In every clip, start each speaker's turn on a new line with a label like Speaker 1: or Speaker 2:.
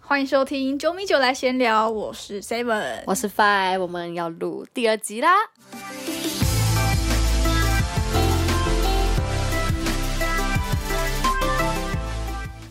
Speaker 1: 欢迎收听《九米九来闲聊》，我是 Seven。
Speaker 2: 我是 Five，我们要录第二集啦。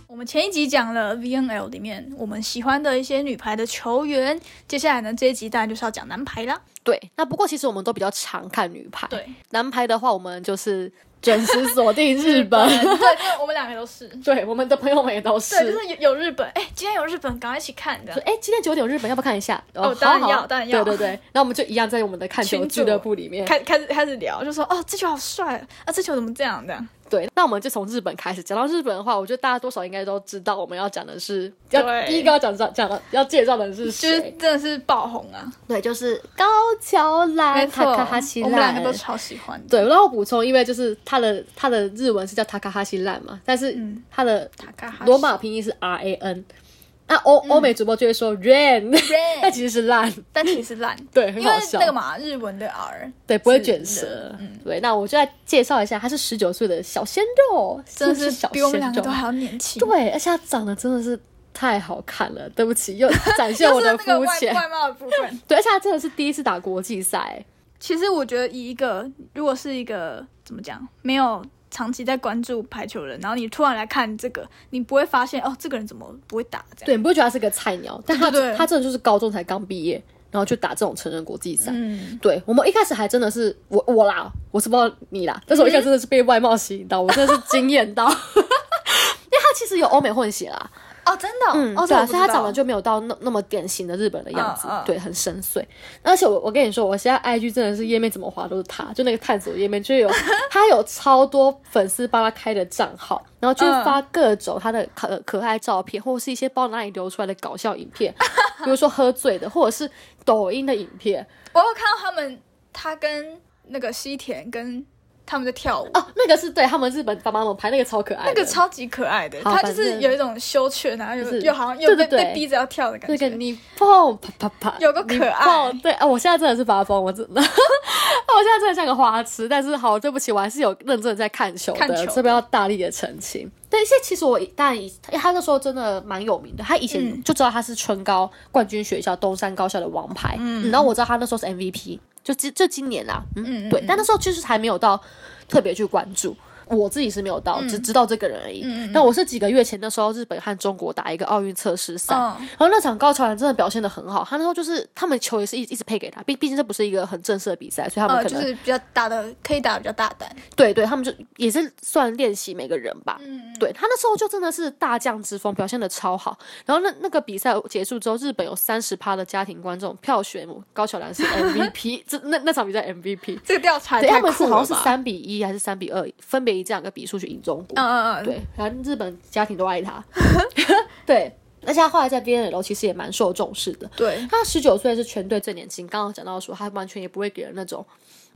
Speaker 1: 我们前一集讲了 VNL 里面我们喜欢的一些女排的球员，接下来呢这一集当然就是要讲男排啦。
Speaker 2: 对，那不过其实我们都比较常看女排，
Speaker 1: 对，
Speaker 2: 男排的话，我们就是准时锁定日 本。
Speaker 1: 对，因为我们两个都是，
Speaker 2: 对，我们的朋友们也都是。
Speaker 1: 对，就是有有日本，哎、今天有日本，赶快一起看
Speaker 2: 说
Speaker 1: 的。
Speaker 2: 哎，今天九点有日本，要不要看一下？
Speaker 1: 哦当然
Speaker 2: 好好
Speaker 1: 要当然要
Speaker 2: 对对 对，那我们就一样在我们的看球
Speaker 1: 群组
Speaker 2: 俱乐部里面。
Speaker 1: 开开始开始聊，就说哦，这球好帅啊，这球怎么这样的？
Speaker 2: 对，那我们就从日本开始。讲到日本的话，我觉得大家多少应该都知道，我们要讲的是，要
Speaker 1: 对
Speaker 2: 第一个要讲讲讲的要介绍的
Speaker 1: 就
Speaker 2: 是
Speaker 1: 是
Speaker 2: 谁？
Speaker 1: 真的是爆红啊，
Speaker 2: 对，就是高桥
Speaker 1: 没
Speaker 2: 兰、
Speaker 1: 错，
Speaker 2: 塔卡哈西
Speaker 1: 我们两
Speaker 2: 兰
Speaker 1: 个。都超喜欢的。
Speaker 2: 对，然后我补充，因为就是他的他的日文是叫塔卡哈西兰嘛，但是
Speaker 1: 嗯
Speaker 2: 他的
Speaker 1: 塔卡哈
Speaker 2: 罗马拼音是 R A N，那欧
Speaker 1: 嗯
Speaker 2: 欧美主播就会说 rain，
Speaker 1: Rain
Speaker 2: 那其实是烂，
Speaker 1: 但其实烂，
Speaker 2: 对， 很
Speaker 1: 因为
Speaker 2: 好笑
Speaker 1: 那，个嘛，日文的嗯 R
Speaker 2: 对，不会卷
Speaker 1: 是
Speaker 2: 舌
Speaker 1: 的。
Speaker 2: 对，那我就来介绍一下，他是十九岁的小鲜肉，
Speaker 1: 真的
Speaker 2: 是不
Speaker 1: 是
Speaker 2: 小
Speaker 1: 比我们
Speaker 2: 鲜
Speaker 1: 两
Speaker 2: 肉
Speaker 1: 个都，还要年轻。啊
Speaker 2: 对，而且他长得真的是太好看了，对不起， 又展现
Speaker 1: 就
Speaker 2: 我
Speaker 1: 是
Speaker 2: 的
Speaker 1: 那个
Speaker 2: 肤
Speaker 1: 外
Speaker 2: 浅。
Speaker 1: 外貌的部 分。
Speaker 2: 对，而且他真的是第一次打国际赛，
Speaker 1: 其实我觉得，以一个如果是一个怎么讲，没有长期在关注排球的人，然后你突然来看这个，你不会发现哦，这个人怎么不会打这样？
Speaker 2: 对，你不会觉得他是个菜鸟，但他
Speaker 1: 对对对
Speaker 2: 他真的就是高中才刚毕业，然后就打这种成人国际赛。
Speaker 1: 嗯，
Speaker 2: 对我们一开始还真的是我我啦，我是不知道你啦，但是我一开始真的是被外貌吸引到，我真的是惊艳 到，因为他其实有欧美混血啦，
Speaker 1: 哦，真的哦，
Speaker 2: 嗯，
Speaker 1: 哦，
Speaker 2: 对啊，
Speaker 1: 这我不
Speaker 2: 所以
Speaker 1: 知道
Speaker 2: 他长得就没有到那那么典型的日本的样子，
Speaker 1: 嗯嗯
Speaker 2: 对，很深邃。而且我我跟你说，我现在 IG 真的是页面怎么滑都是他，就那个探索页面就 有他有超多粉丝帮他开的账号，然后就会发各种他的可可爱照片，或者是一些不知道哪里流出来的搞笑影 片，比如说喝醉的，或者是抖音的影片。
Speaker 1: 我有看到他们，他跟那个西田跟他们在跳舞。
Speaker 2: 哦，那个是对他们日本爸爸们拍那个超可爱的，
Speaker 1: 那个超级可爱的，
Speaker 2: 好
Speaker 1: 他就
Speaker 2: 反
Speaker 1: 是
Speaker 2: 正
Speaker 1: 有一种羞怯，然后又
Speaker 2: 就是
Speaker 1: 又好像又被
Speaker 2: 对对对
Speaker 1: 被逼着要跳的感
Speaker 2: 那
Speaker 1: 觉
Speaker 2: 个。你碰啪啪啪，
Speaker 1: 有个可爱
Speaker 2: 你碰对啊，我现在真的是发疯，我真的，我 现在真的像个花痴。但是好，对不起，我还是有认真地在看球
Speaker 1: 看
Speaker 2: 的，
Speaker 1: 球的
Speaker 2: 这边要大力的澄清。对，现在其实我当然以因为他那时候真的蛮有名的，他以前
Speaker 1: 嗯
Speaker 2: 就知道他是春高冠军学校东山高校的王牌，嗯，然后我知道他那时候是 MVP，就今就今年啦，嗯，
Speaker 1: 嗯嗯
Speaker 2: 对，但那时候其实还没有到特别去关注。我自己是没有
Speaker 1: 嗯
Speaker 2: 到，只知道这个人而已。但我是几个月前那时候，日本和中国打一个奥运测试赛，
Speaker 1: 嗯，
Speaker 2: 然后那场高桥兰真的表现的很好，他那时候就是他们球也是一一直配给他，毕毕竟这不是一个很正式的比赛，所以他们
Speaker 1: 呃，
Speaker 2: 可
Speaker 1: 就
Speaker 2: 能、
Speaker 1: 是比较打的，可以打得比较大胆。
Speaker 2: 对对，他们就也是算练习每个人吧。
Speaker 1: 嗯，
Speaker 2: 对他那时候就真的是大将之风，表现的超好。然后那那个比赛结束之后，日本有三十趴的家庭观众票选高 桥兰是 MVP，这那那场比赛 MVP，
Speaker 1: 这个调查
Speaker 2: 对
Speaker 1: 啊也太
Speaker 2: 他们是
Speaker 1: 酷了
Speaker 2: 好像是
Speaker 1: 吧
Speaker 2: 三比一还是三比二，分别以这两个比数去赢中国。
Speaker 1: 嗯嗯嗯，
Speaker 2: 对，反正日本家庭都爱 他。对，而且他后来在 VNL 其实也蛮受重视的。
Speaker 1: 对，
Speaker 2: 他十九岁是全队最年轻，刚刚讲到说他完全也不会给人那种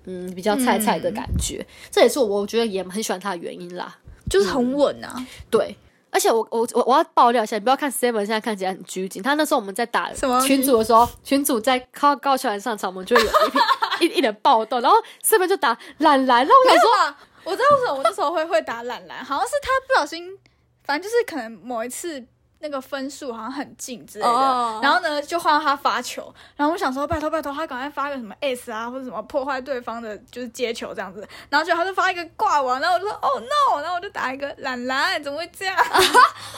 Speaker 2: 嗯比较菜菜的感觉，这也是我觉得也很喜欢他的原因啦。
Speaker 1: 就是很稳
Speaker 2: 嗯
Speaker 1: 啊，
Speaker 2: 对，而且我我我我要爆料一下，你不要看 Seven 现在看起来很拘谨，他那时候我们在打
Speaker 1: 什么
Speaker 2: 群组的时候，群组在靠高校人上场，我们就会有一批 一一脸暴动，然后 Seven 就打懒懒，然后我
Speaker 1: 没
Speaker 2: 想
Speaker 1: 有
Speaker 2: 说。
Speaker 1: 吧？我知道为什么我那时候会会打懒懒，好像是他不小心，反正就是可能某一次那个分数好像很近之类的
Speaker 2: 哦
Speaker 1: 然后呢就换到他发球，然后我想说拜托拜托他赶快发个什么 S 啊或者什么破坏对方的就是接球这样子，然后就他就发一个挂网，然后我就说哦 no，然后我就打一个懒懒，怎么会这样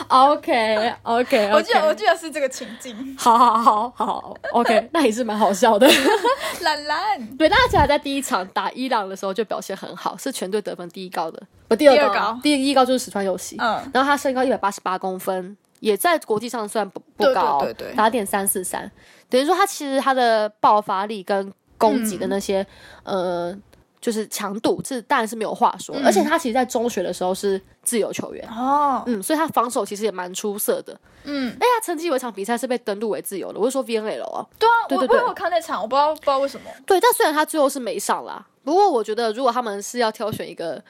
Speaker 2: OK 哎 OK，
Speaker 1: 我记得我记得是这个情 境，
Speaker 2: 好好好好好 OK，那也是蛮好笑的。
Speaker 1: 懒懒
Speaker 2: 对，那他其实在第一场打伊朗的时候就表现很好，是全队得分第一高的，不第二
Speaker 1: 第
Speaker 2: 高
Speaker 1: 二
Speaker 2: 啊
Speaker 1: 高，
Speaker 2: 第一高就是石川佑希。
Speaker 1: 嗯
Speaker 2: 然后他身高一百八十八公分，也在国际上算不不
Speaker 1: 对对
Speaker 2: 高，
Speaker 1: 对对
Speaker 2: 打点三四三，等于说他其实他的爆发力跟攻
Speaker 1: 嗯
Speaker 2: 击的那些、呃。就是强度，这当然是没有话说。而且他其实，在中学的时候是自由球员，
Speaker 1: 嗯哦，
Speaker 2: 嗯，所以他防守其实也蛮出色的。
Speaker 1: 嗯，
Speaker 2: 哎，他曾经有一场比赛是被登录为自由的，我是说 VNL 啊，
Speaker 1: 对啊，
Speaker 2: 对
Speaker 1: 我
Speaker 2: 对对
Speaker 1: 我有看那场，我不知道不知道为什么，
Speaker 2: 对，但虽然他最后是没上啦，不过我觉得如果他们是要挑选一个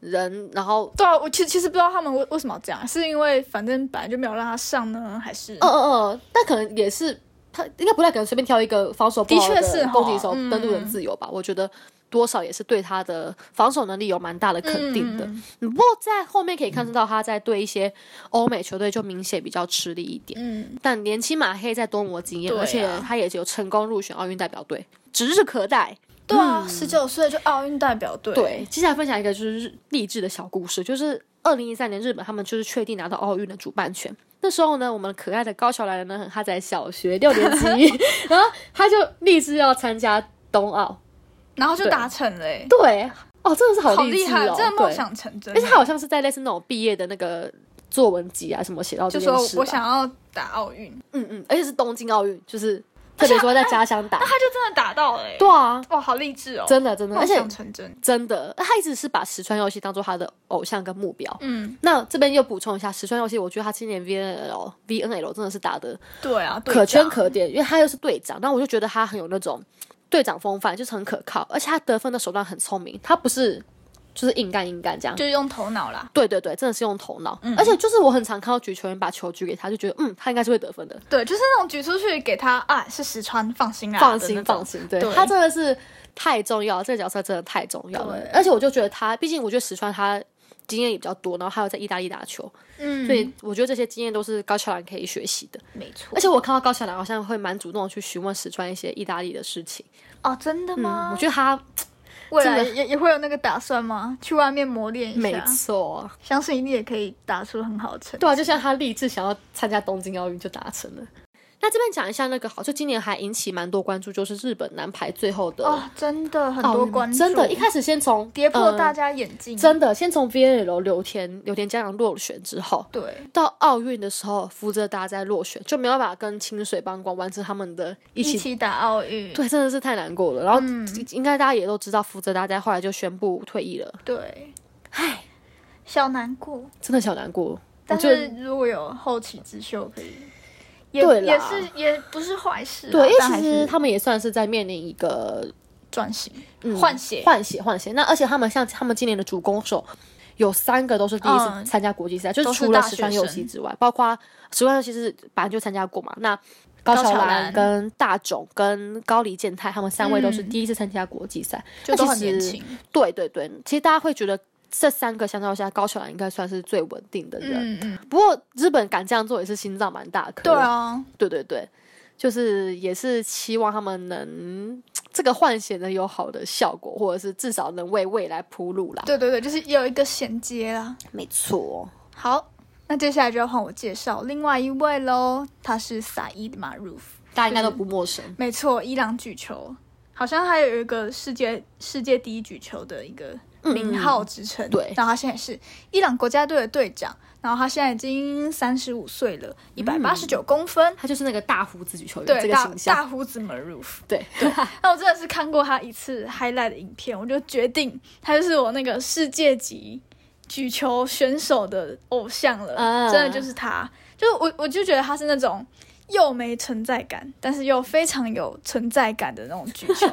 Speaker 2: 人，然后
Speaker 1: 对啊，我其实其实不知道他们为为什么要这样，是因为反正本来就没有让他上呢，还是
Speaker 2: 嗯嗯嗯，但可能也是他应该不太可能随便挑一个防守不好
Speaker 1: 的确是
Speaker 2: 攻击
Speaker 1: 吼
Speaker 2: 手
Speaker 1: 嗯
Speaker 2: 登陆人自由吧？我觉得多少也是对他的防守能力有蛮大的肯定的。
Speaker 1: 嗯
Speaker 2: 不过在后面可以看得到他在对一些欧美球队就明显比较吃力一点。
Speaker 1: 嗯，
Speaker 2: 但年轻马黑在多模经验，
Speaker 1: 对啊
Speaker 2: 而且他也有成功入选奥运代表队，指日可待。
Speaker 1: 对啊，十九岁就奥运代表队，
Speaker 2: 对，接下来分享一个就是日励志的小故事，就是二零一三年日本他们就是确定拿到奥运的主办权。那时候呢，我们可爱的高桥来人呢，他在 小学六年级，然后他就立志要参加冬奥。
Speaker 1: 然后就
Speaker 2: 对
Speaker 1: 达成了、欸，
Speaker 2: 对，哦，真的是
Speaker 1: 好
Speaker 2: 励
Speaker 1: 厉
Speaker 2: 志
Speaker 1: 害，
Speaker 2: 哦，
Speaker 1: 这个梦
Speaker 2: 对。
Speaker 1: 想成真
Speaker 2: 而。且他好像是在类似那种毕业的那个作文集啊什么写到这
Speaker 1: 欸就
Speaker 2: 件
Speaker 1: 说
Speaker 2: 事吧
Speaker 1: 我想要打奥运，
Speaker 2: 嗯嗯，而且是东京奥运，就是特别说在家乡打
Speaker 1: 那。他就真的打到了、欸，
Speaker 2: 对啊，
Speaker 1: 哇，好励志哦，
Speaker 2: 真的真的，而
Speaker 1: 梦
Speaker 2: 且
Speaker 1: 想成真，
Speaker 2: 真的，他一直是把石川佑希当做他的偶像跟目标。
Speaker 1: 嗯，
Speaker 2: 那这边又补充一下，石川佑希，我觉得他今年 VNL VNL 真的是打的
Speaker 1: 对啊，对
Speaker 2: 可圈
Speaker 1: 这样
Speaker 2: 可点，因为他又是队长，那我就觉得他很有那种队长风范，就是很可靠，而且他得分的手段很聪明，他不是就是硬干硬干这样。
Speaker 1: 就是嗯用头脑啦，
Speaker 2: 对对对，真的是用头脑，而且就是我很常看到举球员把球举给他，就觉得嗯，他应该是会得分的，
Speaker 1: 对，就是那种举出去给他啊，是石川，放心啦，啊
Speaker 2: 放心放
Speaker 1: 心，
Speaker 2: 心，对
Speaker 1: 对
Speaker 2: 他真的是太重要了，这个角色真的太重要了
Speaker 1: 对，
Speaker 2: 而且我就觉得他，毕竟我觉得石川他经验也比较多，然后还有在意大利打球，
Speaker 1: 嗯，
Speaker 2: 所以我觉得这些经验都是高桥兰可以学习的。
Speaker 1: 没错
Speaker 2: 而，且我看到高桥兰好像会蛮主动地去询问石川一些意大利的事情，
Speaker 1: 哦，真的
Speaker 2: 嗯，
Speaker 1: 吗
Speaker 2: 我？觉得他
Speaker 1: 未来
Speaker 2: 真的
Speaker 1: 也也会有那个打算吗？去外面磨练一
Speaker 2: 没
Speaker 1: 下，
Speaker 2: 错，
Speaker 1: 相信一定也可以打出很好的成绩。
Speaker 2: 对啊，就像他立志想要参加东京奥运就达成了。那这边讲一下那个好，就今年还引起蛮多关注，就是日本男排最后的
Speaker 1: 哦，真的很
Speaker 2: 奥
Speaker 1: 多
Speaker 2: 运
Speaker 1: 关注，
Speaker 2: 真的，一开始先从
Speaker 1: 跌破
Speaker 2: 呃
Speaker 1: 大家眼镜，
Speaker 2: 真的，先从 VNL 柳田柳田家阳落选之后，
Speaker 1: 对，
Speaker 2: 到奥运的时候，福泽达在落选，就没有办法跟清水帮光完成他们的一
Speaker 1: 一
Speaker 2: 起
Speaker 1: 起打奥运，
Speaker 2: 对，真的是太难过了。然后、应该大家也都知道，福泽达在后来就宣布退役了，
Speaker 1: 对，唉，小难过。
Speaker 2: 真的小难过。我
Speaker 1: 但
Speaker 2: 觉得
Speaker 1: 是如果有后起之秀，可以，也
Speaker 2: 对啦
Speaker 1: 也是也不是坏事啊，
Speaker 2: 对，因
Speaker 1: 但
Speaker 2: 为
Speaker 1: 还
Speaker 2: 其
Speaker 1: 是
Speaker 2: 实他们也算是在面临一个
Speaker 1: 转型换血，
Speaker 2: 嗯换血换血。那而且他们像他们今年的主攻手。有三个都是第一次
Speaker 1: 嗯
Speaker 2: 参加国际赛，就
Speaker 1: 都
Speaker 2: 是
Speaker 1: 是
Speaker 2: 除了
Speaker 1: 大
Speaker 2: 石
Speaker 1: 学
Speaker 2: 川佑
Speaker 1: 生
Speaker 2: 希之外，包括石川佑希是本来就参加过嘛。那高
Speaker 1: 高
Speaker 2: 桥
Speaker 1: 桥
Speaker 2: 兰、
Speaker 1: 兰
Speaker 2: 跟大冢、跟高梨健太，他们三位都是
Speaker 1: 嗯
Speaker 2: 第一次参加国际赛，
Speaker 1: 就都
Speaker 2: 那
Speaker 1: 很
Speaker 2: 其实嗯
Speaker 1: 年轻，
Speaker 2: 对对对，其实大家会觉得这三个相较下，高桥兰应该算是最稳定的人。
Speaker 1: 嗯嗯，
Speaker 2: 不过日本敢这样做也是心脏蛮大颗。
Speaker 1: 对，啊，
Speaker 2: 对对对，就是也是期望他们能这个换血能有好的效果，或者是至少能为未来铺路啦。
Speaker 1: 对对对，就是有一个衔接啦。
Speaker 2: 没错，
Speaker 1: 好，那接下来就要换我介绍另外一位喽，他是萨伊的马鲁夫，
Speaker 2: 大家应该都不陌生。
Speaker 1: 没错，伊朗举球，好像还有一个世界世界第一举球的一个名号之称、
Speaker 2: 嗯对
Speaker 1: 然后他现在是伊朗国家队的队长，然后他现在已经三十五岁了，一百八十九公分。
Speaker 2: 他就是那个大胡子举球员嗯这
Speaker 1: 对，
Speaker 2: 个
Speaker 1: 大
Speaker 2: 形象，
Speaker 1: 大胡子 Maroof。
Speaker 2: 对，
Speaker 1: 那我真的是看过他一次 highlight 的影片，我就决定他就是我那个世界级举球选手的偶像了，
Speaker 2: 啊
Speaker 1: 真的就是他。就是我，我就觉得他是那种又没存在感，但是又非常有存在感的那种举球。真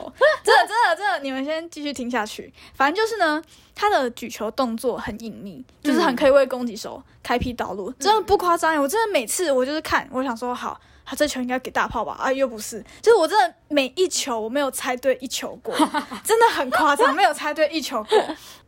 Speaker 1: 的，真的，真的，你们先继续听下去。反正就是呢，他的举球动作很隐秘，就是很可以为攻击手开辟道路，真的不夸张欸耶。我真的每次我就是看，我想说好。他这球应该给大炮吧？啊，又不是，就是我真的每一球我没有猜对一球过，真的很夸张，没有猜对一球 过，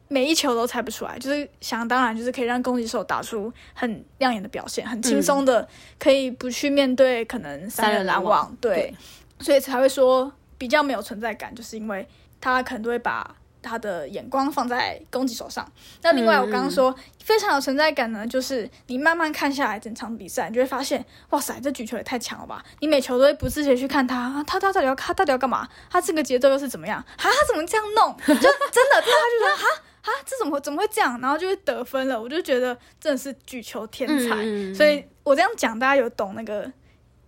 Speaker 1: 每一球都猜不出来，就是想当然，就是可以让攻击手打出很亮眼的表现，很轻松的，可以不去面对可能嗯三人拦
Speaker 2: 三人拦
Speaker 1: 网，对，所以才会说比较没有存在感，就是因为他可能都会把他的眼光放在攻击手上。那另外，我刚刚说、非常有存在感呢，就是你慢慢看下来整场比赛，你就会发现，哇塞，这举球也太强了吧！你每球都会不自觉去看他，啊他他到底要他到底要干嘛？他这个节奏又是怎么样？啊，他怎么这样弄？就真的，真的， 他就觉得啊啊，这怎么怎么会这样？然后就会得分了。我就觉得真的是举球天才。
Speaker 2: 嗯
Speaker 1: 所以我这样讲，大家有懂那个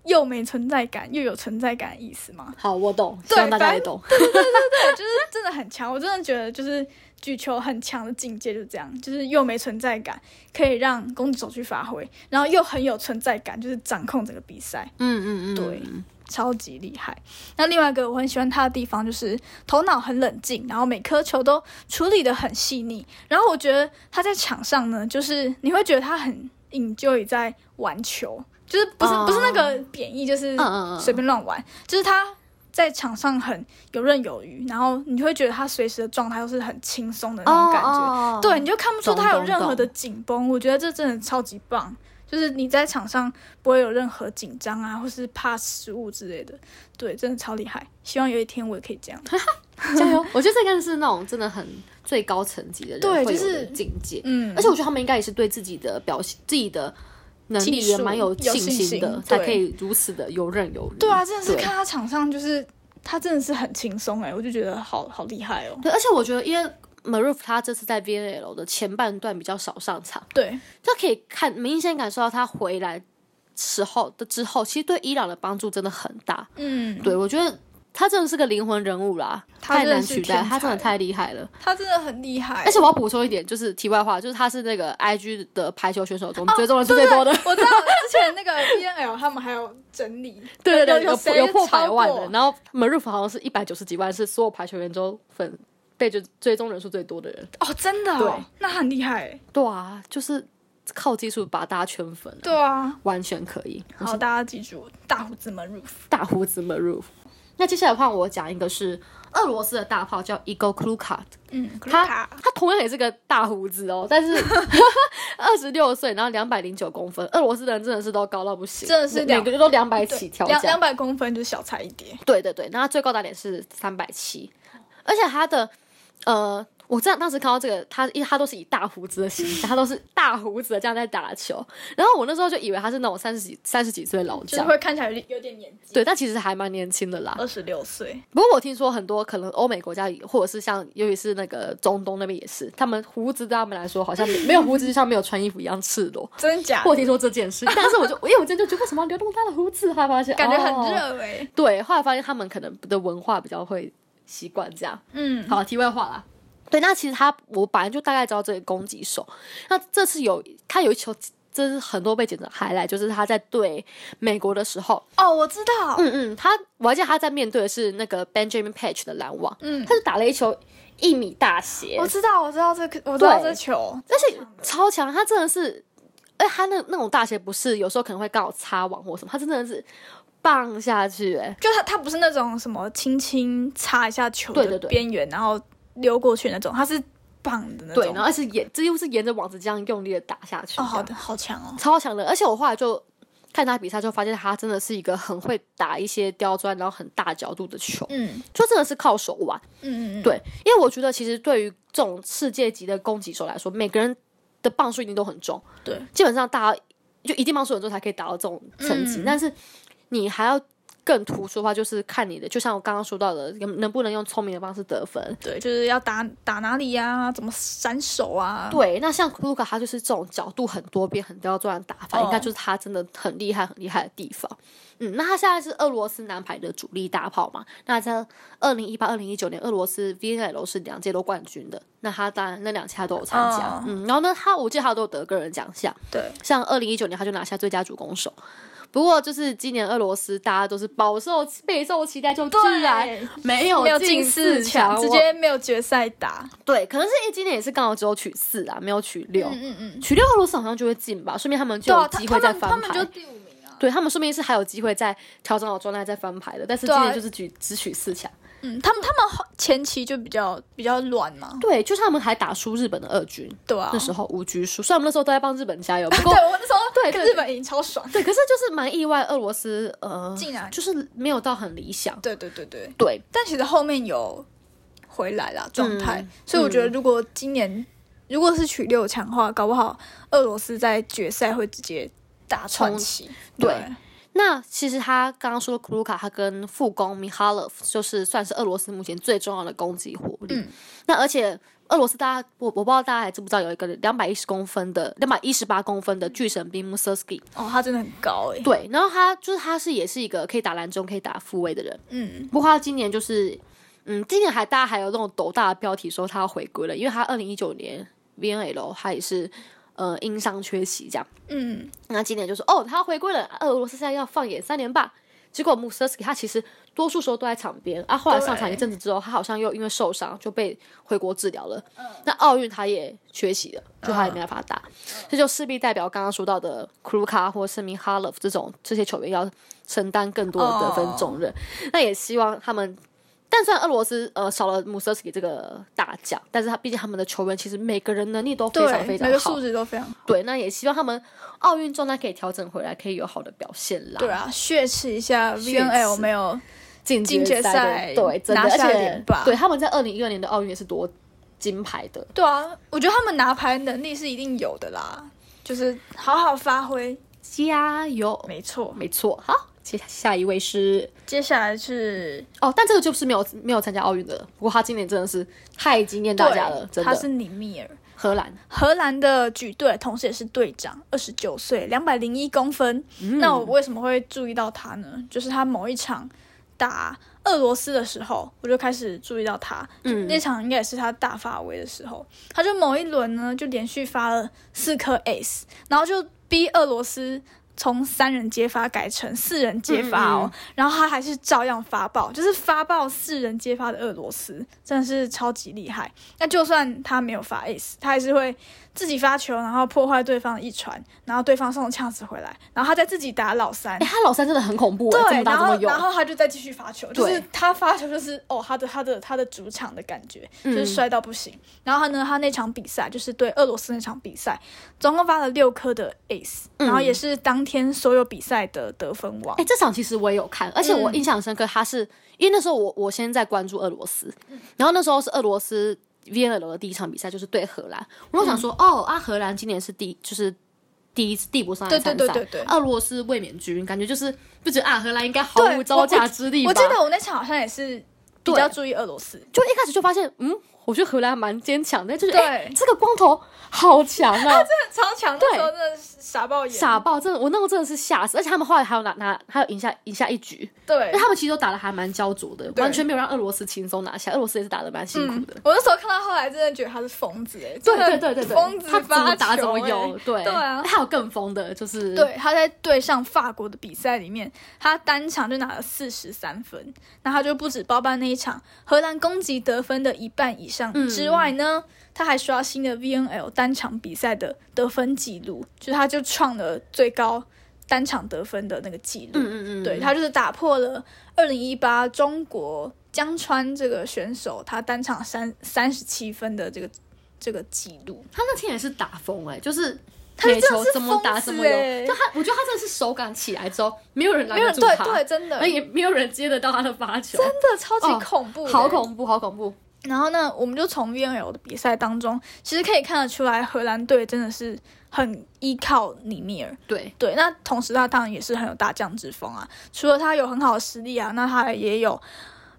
Speaker 1: 又没存在感又有存在感的意思吗？
Speaker 2: 好，我懂，希
Speaker 1: 对
Speaker 2: 望大家
Speaker 1: 反
Speaker 2: 也懂。
Speaker 1: 就是真的很强，我真的觉得就是举球很强的境界就是这样，就是又没存在感，可以让攻击手去发挥，然后又很有存在感，就是掌控整个比赛，
Speaker 2: 嗯嗯嗯，
Speaker 1: 对，超级厉害。那另外一个我很喜欢他的地方就是头脑很冷静，然后每颗球都处理的很细腻。然后我觉得他在场上呢，就是你会觉得他很 enjoy 在玩球，就是不是、
Speaker 2: 哦
Speaker 1: 不是那个贬义，就是
Speaker 2: 嗯嗯嗯，
Speaker 1: 随便乱玩，就是他在场上很游刃有余，然后你会觉得他随时的状态都是很轻松的那
Speaker 2: 哦
Speaker 1: 种感觉。
Speaker 2: 哦
Speaker 1: 对，你就看不出他有
Speaker 2: 懂懂
Speaker 1: 任何的紧绷。我觉得这真的超级棒，就是你在场上不会有任何紧张啊，或是怕失误之类的。对，真的超厉害。希望有一天我也可以这样。
Speaker 2: 加油！我觉得这个是那种真的很最高层级的人
Speaker 1: 对
Speaker 2: 会有
Speaker 1: 就是
Speaker 2: 的境界。
Speaker 1: 嗯
Speaker 2: 而，且我觉得他们应该也是对自己的表现、自己的能力
Speaker 1: 技术
Speaker 2: 也蛮有信
Speaker 1: 有信
Speaker 2: 心的
Speaker 1: 心，
Speaker 2: 才
Speaker 1: 对
Speaker 2: 可以如此的游刃有余。
Speaker 1: 对啊，真的是
Speaker 2: 对
Speaker 1: 看他场上就是他真的是很轻松哎，我就觉得好好厉害哦。
Speaker 2: 对，而且我觉得因为。Maroof 他这次在 VNL 的前半段比较少上场，
Speaker 1: 对，
Speaker 2: 就可以看明显感受到他回来时候的之后，其实对伊朗的帮助真的很大。
Speaker 1: 嗯，
Speaker 2: 对我觉得他真的是个灵魂人物啦，
Speaker 1: 他
Speaker 2: 太
Speaker 1: 真的
Speaker 2: 难
Speaker 1: 是
Speaker 2: 取代，
Speaker 1: 天
Speaker 2: 他真的
Speaker 1: 才哎
Speaker 2: 太厉害了。
Speaker 1: 他真的很厉害
Speaker 2: 而。且我要补充一点，就是题外话，就是他是那个 IG 的排球选手中
Speaker 1: 哦
Speaker 2: 追踪人数最多的，
Speaker 1: 我知道之前那个 B N L 他们还有整理，
Speaker 2: 对对
Speaker 1: 有
Speaker 2: 对，
Speaker 1: 有
Speaker 2: 有
Speaker 1: 谁
Speaker 2: 有破百万
Speaker 1: 超
Speaker 2: 的。
Speaker 1: 过
Speaker 2: 然后 Maruf 好像是一百九十几万，是所有排球员中粉被追追踪人数最多的人。
Speaker 1: 哦，真的、哦，那很厉害欸。
Speaker 2: 对啊，就是靠技术把大家圈粉、
Speaker 1: 对啊，
Speaker 2: 完全可以。
Speaker 1: 好，大家记住，大胡子们 roof。
Speaker 2: 大胡子 Maruf。那接下来换我讲一个是俄罗斯的大炮，叫 Igor Kluka，
Speaker 1: 嗯，
Speaker 2: 他他同样也是个大胡子哦，但 是二十六岁，然后两百零九公分，俄罗斯人真的是都高到不行，
Speaker 1: 真的是
Speaker 2: 每
Speaker 1: 两
Speaker 2: 每个都两百起跳
Speaker 1: 两
Speaker 2: 这样
Speaker 1: 两百公分就是小菜一碟。
Speaker 2: 对对对，那他最高打点是三百七，
Speaker 1: 哦
Speaker 2: 而且他的呃，我这样当时看到这个，他他都是以大胡子的形象，他都是大胡子的这样在打球，然后我那时候就以为他是那种三十几三十几岁的老
Speaker 1: 就是
Speaker 2: 将。
Speaker 1: 会看起来有点有点年纪，
Speaker 2: 对，但其实还蛮年轻的啦。
Speaker 1: 二十六岁，
Speaker 2: 不过我听说很多可能欧美国家，或者是像尤其是那个中东那边也是，他们胡子对他们来说好像没没有胡子就像没有穿衣服一样赤 裸。
Speaker 1: 真的假
Speaker 2: 我
Speaker 1: 的？
Speaker 2: 听说这件事，但是我就因为我真的就觉得为什么要流动他的胡子，后来发现
Speaker 1: 感觉很
Speaker 2: 哦
Speaker 1: 热哎、欸。
Speaker 2: 对，后来发现他们可能的文化比较会习惯这样。
Speaker 1: 嗯，
Speaker 2: 好，题外话啦。对，那其实他我本来就大概知道这个攻击手，那这次有他有一球，真是很多被检查还来，就是他在对美国的时候，
Speaker 1: 哦，我知道，
Speaker 2: 嗯嗯，他我还记得他在面对的是那个 Benjamin Page 的拦网，
Speaker 1: 嗯哦
Speaker 2: 他就打了一球一米大斜，
Speaker 1: 我知道，我知道这个，我知道
Speaker 2: 对
Speaker 1: 这球，
Speaker 2: 而且超强，他真的是，哎，他那那种大斜不是有时候可能会刚好擦网或什么，他真的是棒下去、哎，
Speaker 1: 就它它不是那种什么轻轻擦一下球
Speaker 2: 对
Speaker 1: 的
Speaker 2: 对对
Speaker 1: 边缘，然后溜过去那种，它是棒的那种。
Speaker 2: 对，然后而且沿这又是沿着网子这样用力的打下去，
Speaker 1: 哦，好
Speaker 2: 这样
Speaker 1: 的，好强哦。
Speaker 2: 超强的。而且我后来就看他比赛，就发现他真的是一个很会打一些刁钻，然后很大角度的球，
Speaker 1: 嗯
Speaker 2: 就真的是靠手腕。
Speaker 1: 嗯嗯嗯，
Speaker 2: 对，因为我觉得其实对于这种世界级的攻击手来说，每个人的磅数一定都很重，
Speaker 1: 对，
Speaker 2: 基本上大家就一定磅数很重才可以达到这种成绩，
Speaker 1: 嗯
Speaker 2: 但是你还要。更突出的话，就是看你的，就像我刚刚说到的，能能不能用聪明的方式得分。
Speaker 1: 对，就是要打打哪里呀、怎么闪手啊？
Speaker 2: 对，那像库鲁卡他就是这种角度很多变、很刁钻的打法，
Speaker 1: 哦
Speaker 2: 应该就是他真的很厉害、很厉害的地方。嗯，那他现在是俄罗斯男排的主力大炮嘛？那在二零一八、二零一九年，俄罗斯 VNL 是两届都冠军的，那他当然那两届他都有参加。
Speaker 1: 哦
Speaker 2: 嗯，然后呢，他我记得他都有得个人奖项，
Speaker 1: 对，
Speaker 2: 像二零一九年他就拿下最佳主攻手。不过就是今年俄罗斯大家都是饱受备受期待，就居然
Speaker 1: 对
Speaker 2: 没有
Speaker 1: 没有
Speaker 2: 进
Speaker 1: 进四强，
Speaker 2: 强，
Speaker 1: 直
Speaker 2: 我
Speaker 1: 接没有决赛打。
Speaker 2: 对，可能是因为今年也是刚好只有取四啊，没有取六。
Speaker 1: 嗯嗯嗯，
Speaker 2: 取六俄罗斯好像就会进吧，说明他们就
Speaker 1: 对
Speaker 2: 有
Speaker 1: 啊，他
Speaker 2: 机
Speaker 1: 他
Speaker 2: 会再
Speaker 1: 们他
Speaker 2: 翻
Speaker 1: 们
Speaker 2: 牌。
Speaker 1: 就第五名啊。
Speaker 2: 对他们说明是还有机会再调整好状态再翻牌的，但是
Speaker 1: 对
Speaker 2: 今
Speaker 1: 啊
Speaker 2: 年就是举只取四强。
Speaker 1: 嗯，他们他们后前期就比较比较乱嘛，
Speaker 2: 对，就是他们还打输日本的二军，
Speaker 1: 对啊
Speaker 2: 那。时候五局输，虽然我们那时候都在帮日本 加油，不
Speaker 1: 对
Speaker 2: 过
Speaker 1: 我那时候
Speaker 2: 对
Speaker 1: 跟
Speaker 2: 对
Speaker 1: 日本赢超爽，
Speaker 2: 对，可是就是蛮意外，俄罗斯呃，
Speaker 1: 竟然
Speaker 2: 就是没有到很理想。
Speaker 1: 对对对对，
Speaker 2: 对，
Speaker 1: 但其实后面有回来啦状态，
Speaker 2: 嗯
Speaker 1: 所以我觉得如果今年如果是取六强的话，搞不好俄罗斯在决赛会直接大串起，
Speaker 2: 对那其实他刚刚说的库鲁卡，他跟副攻 Mihalov 就是算是俄罗斯目前最重要的攻击火力。
Speaker 1: 嗯
Speaker 2: 那而且俄罗斯大家我我不知道大家还知不知道有一个两百一十公分的两百一十八公分的巨神兵 Musersky，
Speaker 1: 哦，他真的很高哎、
Speaker 2: 对，然后他就是他是也是一个可以打篮中可以打复位的人，
Speaker 1: 嗯，
Speaker 2: 不过他今年就是嗯，今年还大家还有那种斗大的标题说他要回归了，因为他二零一九年 VNL 他也是呃因伤缺席这样。
Speaker 1: 嗯，
Speaker 2: 那今年就说哦，他回归了，俄罗斯现在要放眼三连霸，结果 Museski 他其实多数时候都在场边啊，后来上场
Speaker 1: 对
Speaker 2: 一阵子之后，他好像又因为受伤就被回国治疗了。
Speaker 1: 嗯
Speaker 2: 那奥运他也缺席了，就他也没办法打，这就势必代表刚刚说到的库鲁卡或是米哈勒夫这种这些球员要承担更多的得
Speaker 1: 哦
Speaker 2: 分重任。那也希望他们。但虽然俄罗斯呃少了姆瑟斯基这个大奖，但是他毕竟他们的球员其实每个人能力都非常非
Speaker 1: 对，
Speaker 2: 常
Speaker 1: 每个
Speaker 2: 好
Speaker 1: 素，质都非常好。
Speaker 2: 对，那也希望他们奥运状态可以调整回来，可以有好的表现啦。
Speaker 1: 对，啊，血气一下
Speaker 2: 血气
Speaker 1: VNL 没有
Speaker 2: 进
Speaker 1: 进决
Speaker 2: 赛
Speaker 1: 赛
Speaker 2: 的对，真的，
Speaker 1: 拿
Speaker 2: 而
Speaker 1: 下
Speaker 2: 且
Speaker 1: 连霸
Speaker 2: 对他们在二零一二年的奥运也是夺金牌的。
Speaker 1: 对啊，我觉得他们拿牌能力是一定有的啦，就是好好发挥。
Speaker 2: 加油！
Speaker 1: 没错，
Speaker 2: 没错，好，接下下一位是
Speaker 1: 接下来是
Speaker 2: 哦，但这个就是没有没有参加奥运的了。不过他今年真的是太惊艳大家了，
Speaker 1: 对
Speaker 2: 真
Speaker 1: 他
Speaker 2: 的。
Speaker 1: 是里米尔，
Speaker 2: 荷兰，
Speaker 1: 荷兰的举队，同时也是队长，二十九岁，两百零一公分。
Speaker 2: 嗯
Speaker 1: 那我为什么会注意到他呢？就是他某一场打俄罗斯的时候，我就开始注意到他。
Speaker 2: 嗯
Speaker 1: 那场应该也是他大发威的时候，他就某一轮呢就连续发了四颗 ace，然后就逼俄罗斯。从三人接发改成四人接发哦，
Speaker 2: 嗯嗯
Speaker 1: 然后他还是照样发爆，就是发爆四人接发的俄罗斯，真的是超级厉害。那就算他没有发 ace，他还是会自己发球，然后破坏对方一传，然后对方送呛死回来，然后他再自己打老 三
Speaker 2: 哎、，他老三真的很恐怖、哎，这
Speaker 1: 对，
Speaker 2: 么大
Speaker 1: 然
Speaker 2: 这么
Speaker 1: 后
Speaker 2: 勇
Speaker 1: 然，后他就再继续发球，就
Speaker 2: 对
Speaker 1: 是他发球就是哦，他的他的他的主场的感觉，
Speaker 2: 嗯
Speaker 1: 就是摔到不行。然后呢，他那场比赛就是对俄罗斯那场比赛，总共发了六颗的 ace，、
Speaker 2: 嗯
Speaker 1: 然后也是当天所有比赛的得分王。
Speaker 2: 哎、这场其实我也有看，而且我
Speaker 1: 嗯
Speaker 2: 印象深刻，他是、因为那时候我我先在关注俄罗斯，然后那时候是俄罗斯 V N L 的第一场比赛，就是对荷兰，我就想说，哦啊，荷兰今年是第就是。第一次第五上来
Speaker 1: 对
Speaker 2: 参赛，
Speaker 1: 对对对对
Speaker 2: 俄罗斯卫冕军，感觉就是不觉得啊，荷兰应该毫
Speaker 1: 对
Speaker 2: 无
Speaker 1: 我
Speaker 2: 招架之力吧？
Speaker 1: 我记得我那场好像也是比较注意俄罗斯，
Speaker 2: 就一开始就发现，嗯，我觉得荷兰蛮坚强的，就是
Speaker 1: 对
Speaker 2: 哎、这个光头好 强啊，
Speaker 1: 超强
Speaker 2: 对
Speaker 1: 那时候真的是傻爆眼，
Speaker 2: 傻爆！真的，我那时候真的是吓死，而且他们后来还有拿拿，还有赢下赢下一局，
Speaker 1: 对
Speaker 2: 但。他们其实都打的还蛮焦灼的，
Speaker 1: 嗯对嗯
Speaker 2: 完全没有让俄罗斯轻松拿下，俄罗斯也是打的蛮辛苦的。
Speaker 1: 我那时候看到后来，真的觉得他是疯子哎、
Speaker 2: 对
Speaker 1: 真的
Speaker 2: 对对对对，
Speaker 1: 疯子
Speaker 2: 他怎么
Speaker 1: 发
Speaker 2: 打怎么
Speaker 1: 球欸
Speaker 2: 有，对
Speaker 1: 对啊
Speaker 2: 还有更疯的，就是
Speaker 1: 对，他在对上法国的比赛里面，他单场就拿了四十三分，那他就不止包办那一场荷兰攻击得分的一半以上、
Speaker 2: 嗯
Speaker 1: 之外呢，他还刷新了 VNL 单场比赛的得分记录，就是他就创了最高单场得分的那个记录。
Speaker 2: 嗯嗯嗯，
Speaker 1: 对他就是打破了二零一八中国江川这个选手他单场三三十七分的这个这个记录。
Speaker 2: 他那天也是打疯哎、就是。
Speaker 1: 他
Speaker 2: 每
Speaker 1: 真的
Speaker 2: 球
Speaker 1: 是
Speaker 2: 怎么打
Speaker 1: 疯子
Speaker 2: 怎么有，
Speaker 1: 欸
Speaker 2: 就他，我觉得他真的是手感起来之后，没有人拦
Speaker 1: 没有
Speaker 2: 得
Speaker 1: 人
Speaker 2: 住
Speaker 1: 对
Speaker 2: 他，
Speaker 1: 对，真的
Speaker 2: 而也没有人接得到他的发球，
Speaker 1: 真的超
Speaker 2: 哦
Speaker 1: 级恐怖的、
Speaker 2: 好恐怖，好恐怖。
Speaker 1: 然后呢，我们就从 VNL 的比赛当中，其实可以看得出来，荷兰队真的是很依靠里米尔。
Speaker 2: 对，
Speaker 1: 对，那同时他当然也是很有大将之风啊。除了他有很好的实力啊，那他也有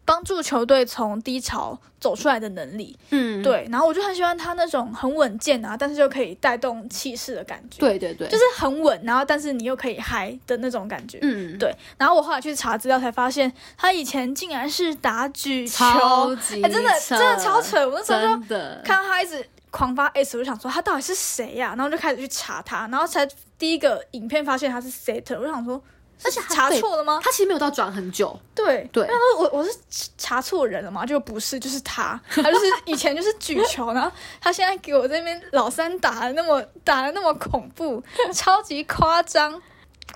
Speaker 1: 帮助球队从低潮走出来的能力。
Speaker 2: 嗯，
Speaker 1: 对，然后我就很喜欢他那种很稳健啊，但是又可以带动气势的感觉。，
Speaker 2: 对对对，
Speaker 1: 就是很稳，然后但是你又可以嗨的那种感觉。
Speaker 2: 嗯，
Speaker 1: 对然后我后来去查资料才发现，他以前竟然是打举球，
Speaker 2: 超级
Speaker 1: 哎、真的
Speaker 2: 扯
Speaker 1: 真的超扯！我那时候就
Speaker 2: 真的
Speaker 1: 看到他一直狂发 S，我就想说他到底是谁呀、然后就开始去查他，然后才第一个影片发现他是 Set，我就想说，
Speaker 2: 而且
Speaker 1: 是
Speaker 2: 他
Speaker 1: 查
Speaker 2: 对
Speaker 1: 错了吗？
Speaker 2: 他其实没有到转很久，
Speaker 1: 对。啊
Speaker 2: 对，
Speaker 1: 那我我是查错人了吗？就不是，就是他，他就是以前就是举球，然后他现在给我这边老三打的那么打的那么恐怖，超级夸张。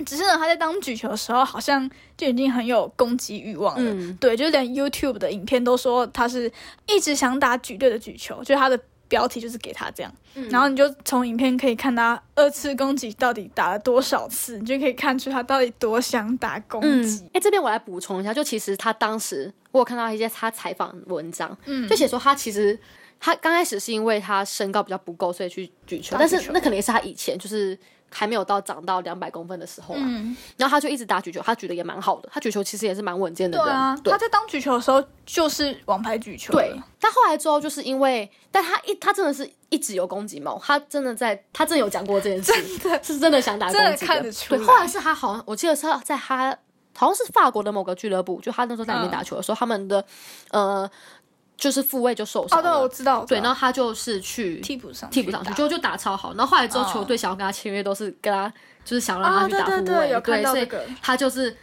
Speaker 1: 只是呢，他在当举球的时候，好像就已经很有攻击欲望了。
Speaker 2: 嗯
Speaker 1: 对，就连 YouTube 的影片都说他是一直想打举队的举球，就他的标题就是给他这样。
Speaker 2: 嗯
Speaker 1: 然后你就从影片可以看他二次攻击到底打了多少次，你就可以看出他到底多想打攻
Speaker 2: 嗯
Speaker 1: 击。，
Speaker 2: 哎，这边我来补充一下，就其实他当时我有看到一些他采访文章，
Speaker 1: 嗯
Speaker 2: 就写说他其实他刚开始是因为他身高比较不够，所以去举球，
Speaker 1: 打
Speaker 2: 但
Speaker 1: 举
Speaker 2: 是
Speaker 1: 球
Speaker 2: 那可能也是他以前就是还没有到长到两百公分的时候啊，
Speaker 1: 嗯，
Speaker 2: 然后他就一直打举球，他举的也蛮好的，他举球其实也是蛮稳健的
Speaker 1: 对
Speaker 2: 人，
Speaker 1: 啊，
Speaker 2: 对
Speaker 1: 他在当举球的时候就是王牌举球了，哦
Speaker 2: 对，但后来之后就是因为，但他一他真的是一直有攻击猫，他真的在他真的有讲过这 件事，真的是真的想打攻击
Speaker 1: 真的看得出来
Speaker 2: 对，后来是他好像我记得是他在他好像是法国的某个俱乐部，就他那时候在里面打球的时候，他们的呃就是复位就受伤
Speaker 1: 哦，对，
Speaker 2: 了，
Speaker 1: 我知道，
Speaker 2: 对，然
Speaker 1: 后
Speaker 2: 后他就是去
Speaker 1: 替补上
Speaker 2: 替补上去，
Speaker 1: 打
Speaker 2: 就就打超好。然后后来之
Speaker 1: 嗯
Speaker 2: 后，球队想要跟他签约，都是跟他就是想让
Speaker 1: 啊，
Speaker 2: 他去
Speaker 1: 对
Speaker 2: 打
Speaker 1: 对
Speaker 2: 后卫，
Speaker 1: 对，有看到
Speaker 2: 所
Speaker 1: 这
Speaker 2: 以
Speaker 1: 个，
Speaker 2: 他就是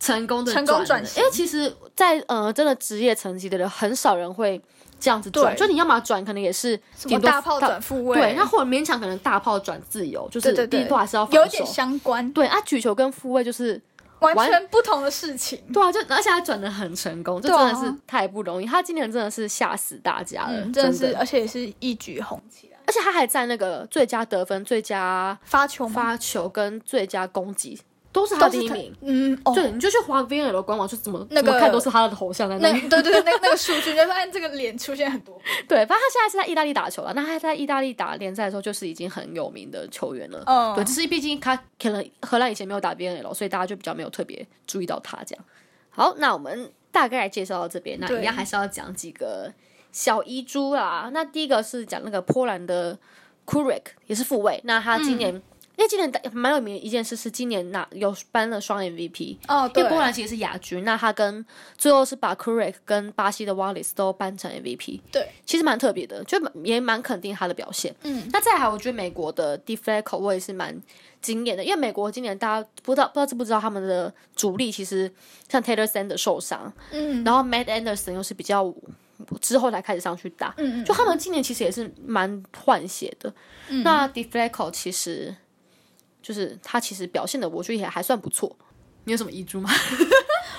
Speaker 2: 成功的
Speaker 1: 成功转型
Speaker 2: 因为其实在，呃真的职业层级的人，很少人会这样子转，
Speaker 1: 对
Speaker 2: 就你要么转，可能也是
Speaker 1: 什么
Speaker 2: 顶多
Speaker 1: 大炮转复位，
Speaker 2: 对，那或者勉强可能大炮转自由，就
Speaker 1: 对
Speaker 2: 是
Speaker 1: 对
Speaker 2: 第一
Speaker 1: 对，
Speaker 2: 都还是要防守
Speaker 1: 有点相关，
Speaker 2: 对啊，举球跟复位就是
Speaker 1: 完
Speaker 2: 完
Speaker 1: 全不同的事情。
Speaker 2: 对啊，就而且他转的很成功，这
Speaker 1: 对
Speaker 2: 真
Speaker 1: 啊
Speaker 2: 的是太不容易。他今年真的是吓死大家了，
Speaker 1: 嗯，真
Speaker 2: 真
Speaker 1: 的是，而且也是一举红起来，
Speaker 2: 而且他还在那个最佳得分、最佳
Speaker 1: 发球吗
Speaker 2: 发球跟最佳攻击都是他
Speaker 1: 都
Speaker 2: 第
Speaker 1: 是
Speaker 2: 一
Speaker 1: 他
Speaker 2: 名。
Speaker 1: 嗯，哦，
Speaker 2: 对，你就去滑 VNL 的官网，就怎么
Speaker 1: 那个
Speaker 2: 怎么看都是他的头像在
Speaker 1: 那
Speaker 2: 那里。
Speaker 1: 对对对，那那个数据你就发现这个脸出现很多，
Speaker 2: 对，反正他现在是在意大利打球了。那他在意大利打联赛的时候，就是已经很有名的球员了。
Speaker 1: 嗯
Speaker 2: 对，只是毕竟他可能荷兰以前没有打 VNL，所以大家就比较没有特别注意到他这样。好，那我们大概介绍到这边，那
Speaker 1: 对
Speaker 2: 一样还是要讲几个小遗珠啦。那第一个是讲那个波兰的 Kurek，也是复位。那他今年、
Speaker 1: 嗯
Speaker 2: 因为今年蛮有名的一件事是，今年拿有颁了双 MVP，
Speaker 1: 哦，
Speaker 2: 因
Speaker 1: 对
Speaker 2: 为，波兰其实是亚军，那他跟最后是把 Kurek 跟巴西的 Wallace 都扳成 MVP，
Speaker 1: 对，
Speaker 2: 其实蛮特别的，就蛮也蛮肯定他的表现。
Speaker 1: 嗯，
Speaker 2: 那再来，我觉得美国的 d e f l e c o 我也是蛮惊艳的，因为美国今年大家不知道不知道知不知道他们的主力其实像 Taylor Sand 受伤，
Speaker 1: 嗯，
Speaker 2: 然后 Matt Anderson 又是比较之后才开始上去打，
Speaker 1: 嗯嗯
Speaker 2: 就他们今年其实也是蛮换血的。
Speaker 1: 嗯
Speaker 2: 那 d e f l e c o 其实就是他其实表现的，我觉得也还算不错。你有什么遗珠吗？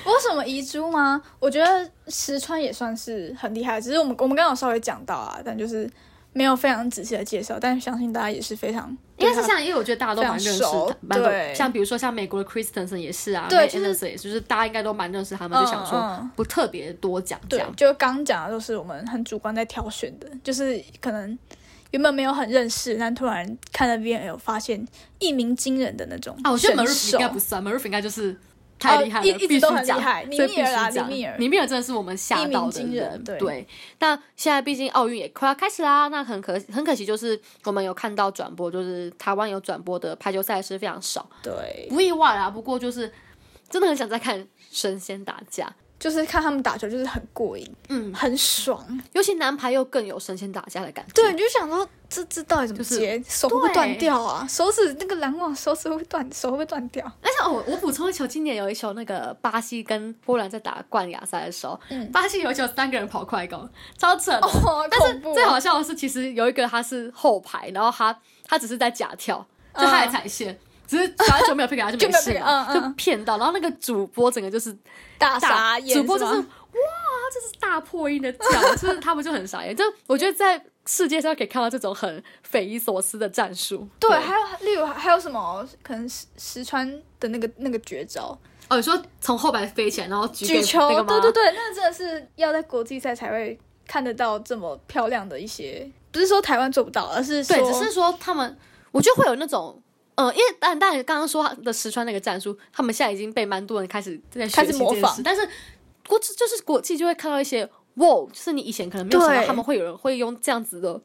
Speaker 1: 我有什么遗珠吗？我觉得石川也算是很厉害，只是我们我们刚刚有稍微讲到啊，但就是没有非常仔细的介绍，但相信大家也是非常
Speaker 2: 应该是像，因为我觉得大家都蛮认识
Speaker 1: 非常熟
Speaker 2: 他，蛮多
Speaker 1: 对
Speaker 2: 像比如说像美国的 Christensen 也是啊，
Speaker 1: 对
Speaker 2: Matt
Speaker 1: 就是
Speaker 2: Anderson 也是，就是大家应该都蛮认识他们，就想
Speaker 1: 嗯
Speaker 2: 说
Speaker 1: 嗯
Speaker 2: 不特别多讲这
Speaker 1: 对
Speaker 2: 样，。
Speaker 1: 就刚讲的都是我们很主观在挑选的，就是可能原本没有很认识，但突然看了 VNL 发现一鸣惊人的那种
Speaker 2: 啊，我觉得
Speaker 1: 选
Speaker 2: m a r u f
Speaker 1: 手
Speaker 2: 应该不算 m a r u f 应该就是太厉害了，
Speaker 1: 哦一一直
Speaker 2: 必须
Speaker 1: 都很
Speaker 2: 讲
Speaker 1: 厉害
Speaker 2: 所以必须
Speaker 1: 尼米尔啊
Speaker 2: 讲
Speaker 1: 尼米尔
Speaker 2: 尼米尔真的是我们吓到的
Speaker 1: 一鸣惊人对
Speaker 2: 对，那现在毕竟奥运也快要开始啦，那很可很可惜，就是我们有看到转播，就是台湾有转播的排球赛事非常少，
Speaker 1: 对，
Speaker 2: 不意外啦。不过就是真的很想再看神仙打架，
Speaker 1: 就是看他们打球就是很过瘾，
Speaker 2: 嗯，
Speaker 1: 很爽。
Speaker 2: 尤其男排又更有神仙打架的感觉。
Speaker 1: 对，你就想说这这到底怎么
Speaker 2: 就是
Speaker 1: 接？手会不
Speaker 2: 对
Speaker 1: 会断掉啊？手指那个拦网，手指会不会断，手会不会断掉？
Speaker 2: 而且哦，我补充一球，今年有一球那个巴西跟波兰在打冠亚赛的时候，
Speaker 1: 嗯
Speaker 2: 巴西有一球三个人跑快攻，超扯 的。
Speaker 1: 哦，
Speaker 2: 但是
Speaker 1: 恐怖
Speaker 2: 最好啊笑的是，其实有一个他是后排，然后他他只是在假跳，就
Speaker 1: 嗯
Speaker 2: 他也踩线，只是罚球没有配给他 就
Speaker 1: 就
Speaker 2: 没
Speaker 1: 没有
Speaker 2: 事
Speaker 1: 配给
Speaker 2: 嘛，
Speaker 1: 嗯嗯
Speaker 2: 就骗到。然后那个主播整个就是
Speaker 1: 大
Speaker 2: 大
Speaker 1: 傻眼，
Speaker 2: 主播就是
Speaker 1: 是
Speaker 2: 哇
Speaker 1: 吗，
Speaker 2: 这是大破音的叫， 就是他们就很傻眼。就我觉得在世界上可以看到这种很匪夷所思的战术。
Speaker 1: 对，还有例如还有什么可能石石川的那个那个绝招，
Speaker 2: 哦，你说从后排飞起来，然后举
Speaker 1: 举
Speaker 2: 给
Speaker 1: 球
Speaker 2: 那个，吗
Speaker 1: 对对对，那真的是要在国际赛才会看得到这么漂亮的一些，不是说台湾做不到，而是说
Speaker 2: 对，只是说他们，我觉得会有那种，呃，因为但但刚刚说的石川那个战术，他们现在已经被蛮多人开始在学习
Speaker 1: 开始模
Speaker 2: 这件事
Speaker 1: 仿
Speaker 2: 但是国际就是国际就会看到一些，哇，就是你以前可能没有想到
Speaker 1: 对
Speaker 2: 他们会有人会用这样子的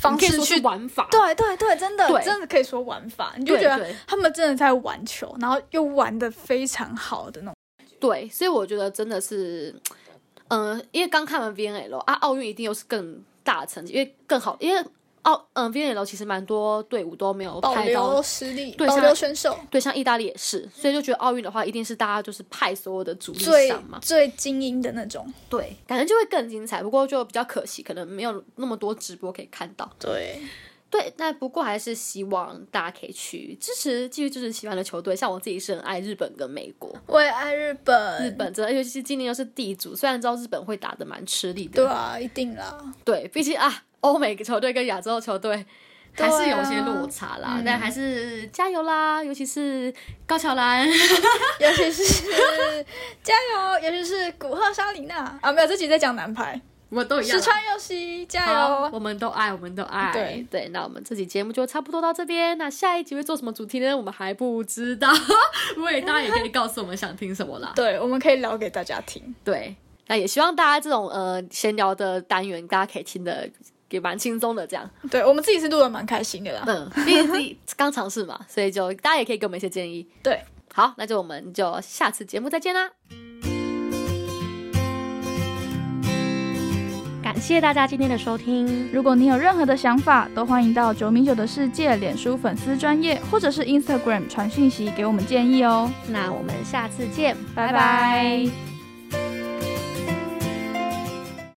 Speaker 1: 方
Speaker 2: 你可以
Speaker 1: 式
Speaker 2: 说是
Speaker 1: 去。
Speaker 2: 玩法，
Speaker 1: 对对对，真的
Speaker 2: 对
Speaker 1: 真的可以说玩法，你就
Speaker 2: 对
Speaker 1: 觉得
Speaker 2: 对
Speaker 1: 他们真的在玩球，然后又玩的非常好的那种。
Speaker 2: 对，所以我觉得真的是，嗯、因为刚看完 VNL 啊，奥运一定又是更大的成绩，因为更好，因为奥嗯、VNL 其实蛮多队伍都没有
Speaker 1: 保
Speaker 2: 拍到
Speaker 1: 留实力，
Speaker 2: 对
Speaker 1: 保
Speaker 2: 像
Speaker 1: 留选手
Speaker 2: 对，像意大利也是，所以就觉得奥运的话，一定是大家就是派所有的主力
Speaker 1: 最
Speaker 2: 上嘛，
Speaker 1: 最精英的那种。
Speaker 2: 对，感觉就会更精彩。不过就比较可惜，可能没有那么多直播可以看到。
Speaker 1: 对，
Speaker 2: 对，那不过还是希望大家可以去支持，继续支持喜欢的球队。像我自己是很爱日本跟美国，
Speaker 1: 我也爱日本，
Speaker 2: 日本真的，尤其是今年又是地主，虽然知道日本会打得蛮吃力
Speaker 1: 对
Speaker 2: 的，
Speaker 1: 啊，一定 啦。
Speaker 2: 对，毕竟啊，欧美球队跟亚洲球队。还是
Speaker 1: 对啊
Speaker 2: 有些落差啦，但还是加油啦！尤其是高桥兰，
Speaker 1: 尤其是加油，尤其是古贺沙里娜啊，没有，这集在讲男排，
Speaker 2: 我们都一样
Speaker 1: 石
Speaker 2: 啦。
Speaker 1: 川佑希，加
Speaker 2: 好，
Speaker 1: 油！
Speaker 2: 我们都爱，我们都爱。
Speaker 1: 对
Speaker 2: 哦对，那我们这期节目就差不多到这边。那下一集会做什么主题呢？我们还不知道。 不过也大家也可以告诉我们想听什么啦。
Speaker 1: 对，我们可以聊给大家听。
Speaker 2: 对，那也希望大家这种呃闲聊的单元，大家可以听的也蛮轻松的这 样。
Speaker 1: 对我们自己是录的蛮开心的啦。
Speaker 2: 嗯，毕竟自己刚尝试嘛，所以就大家也可以给我们一些建议。
Speaker 1: 对，
Speaker 2: 好，那就我们就下次节目再见啦。感感谢大家今天的收听，
Speaker 1: 如果你有任何的想法，都欢迎到九米九的世界脸书粉丝专业或者是 Instagram 传讯息给我们建议哦。
Speaker 2: 那我们下次见，
Speaker 1: 拜
Speaker 2: 拜拜
Speaker 1: 拜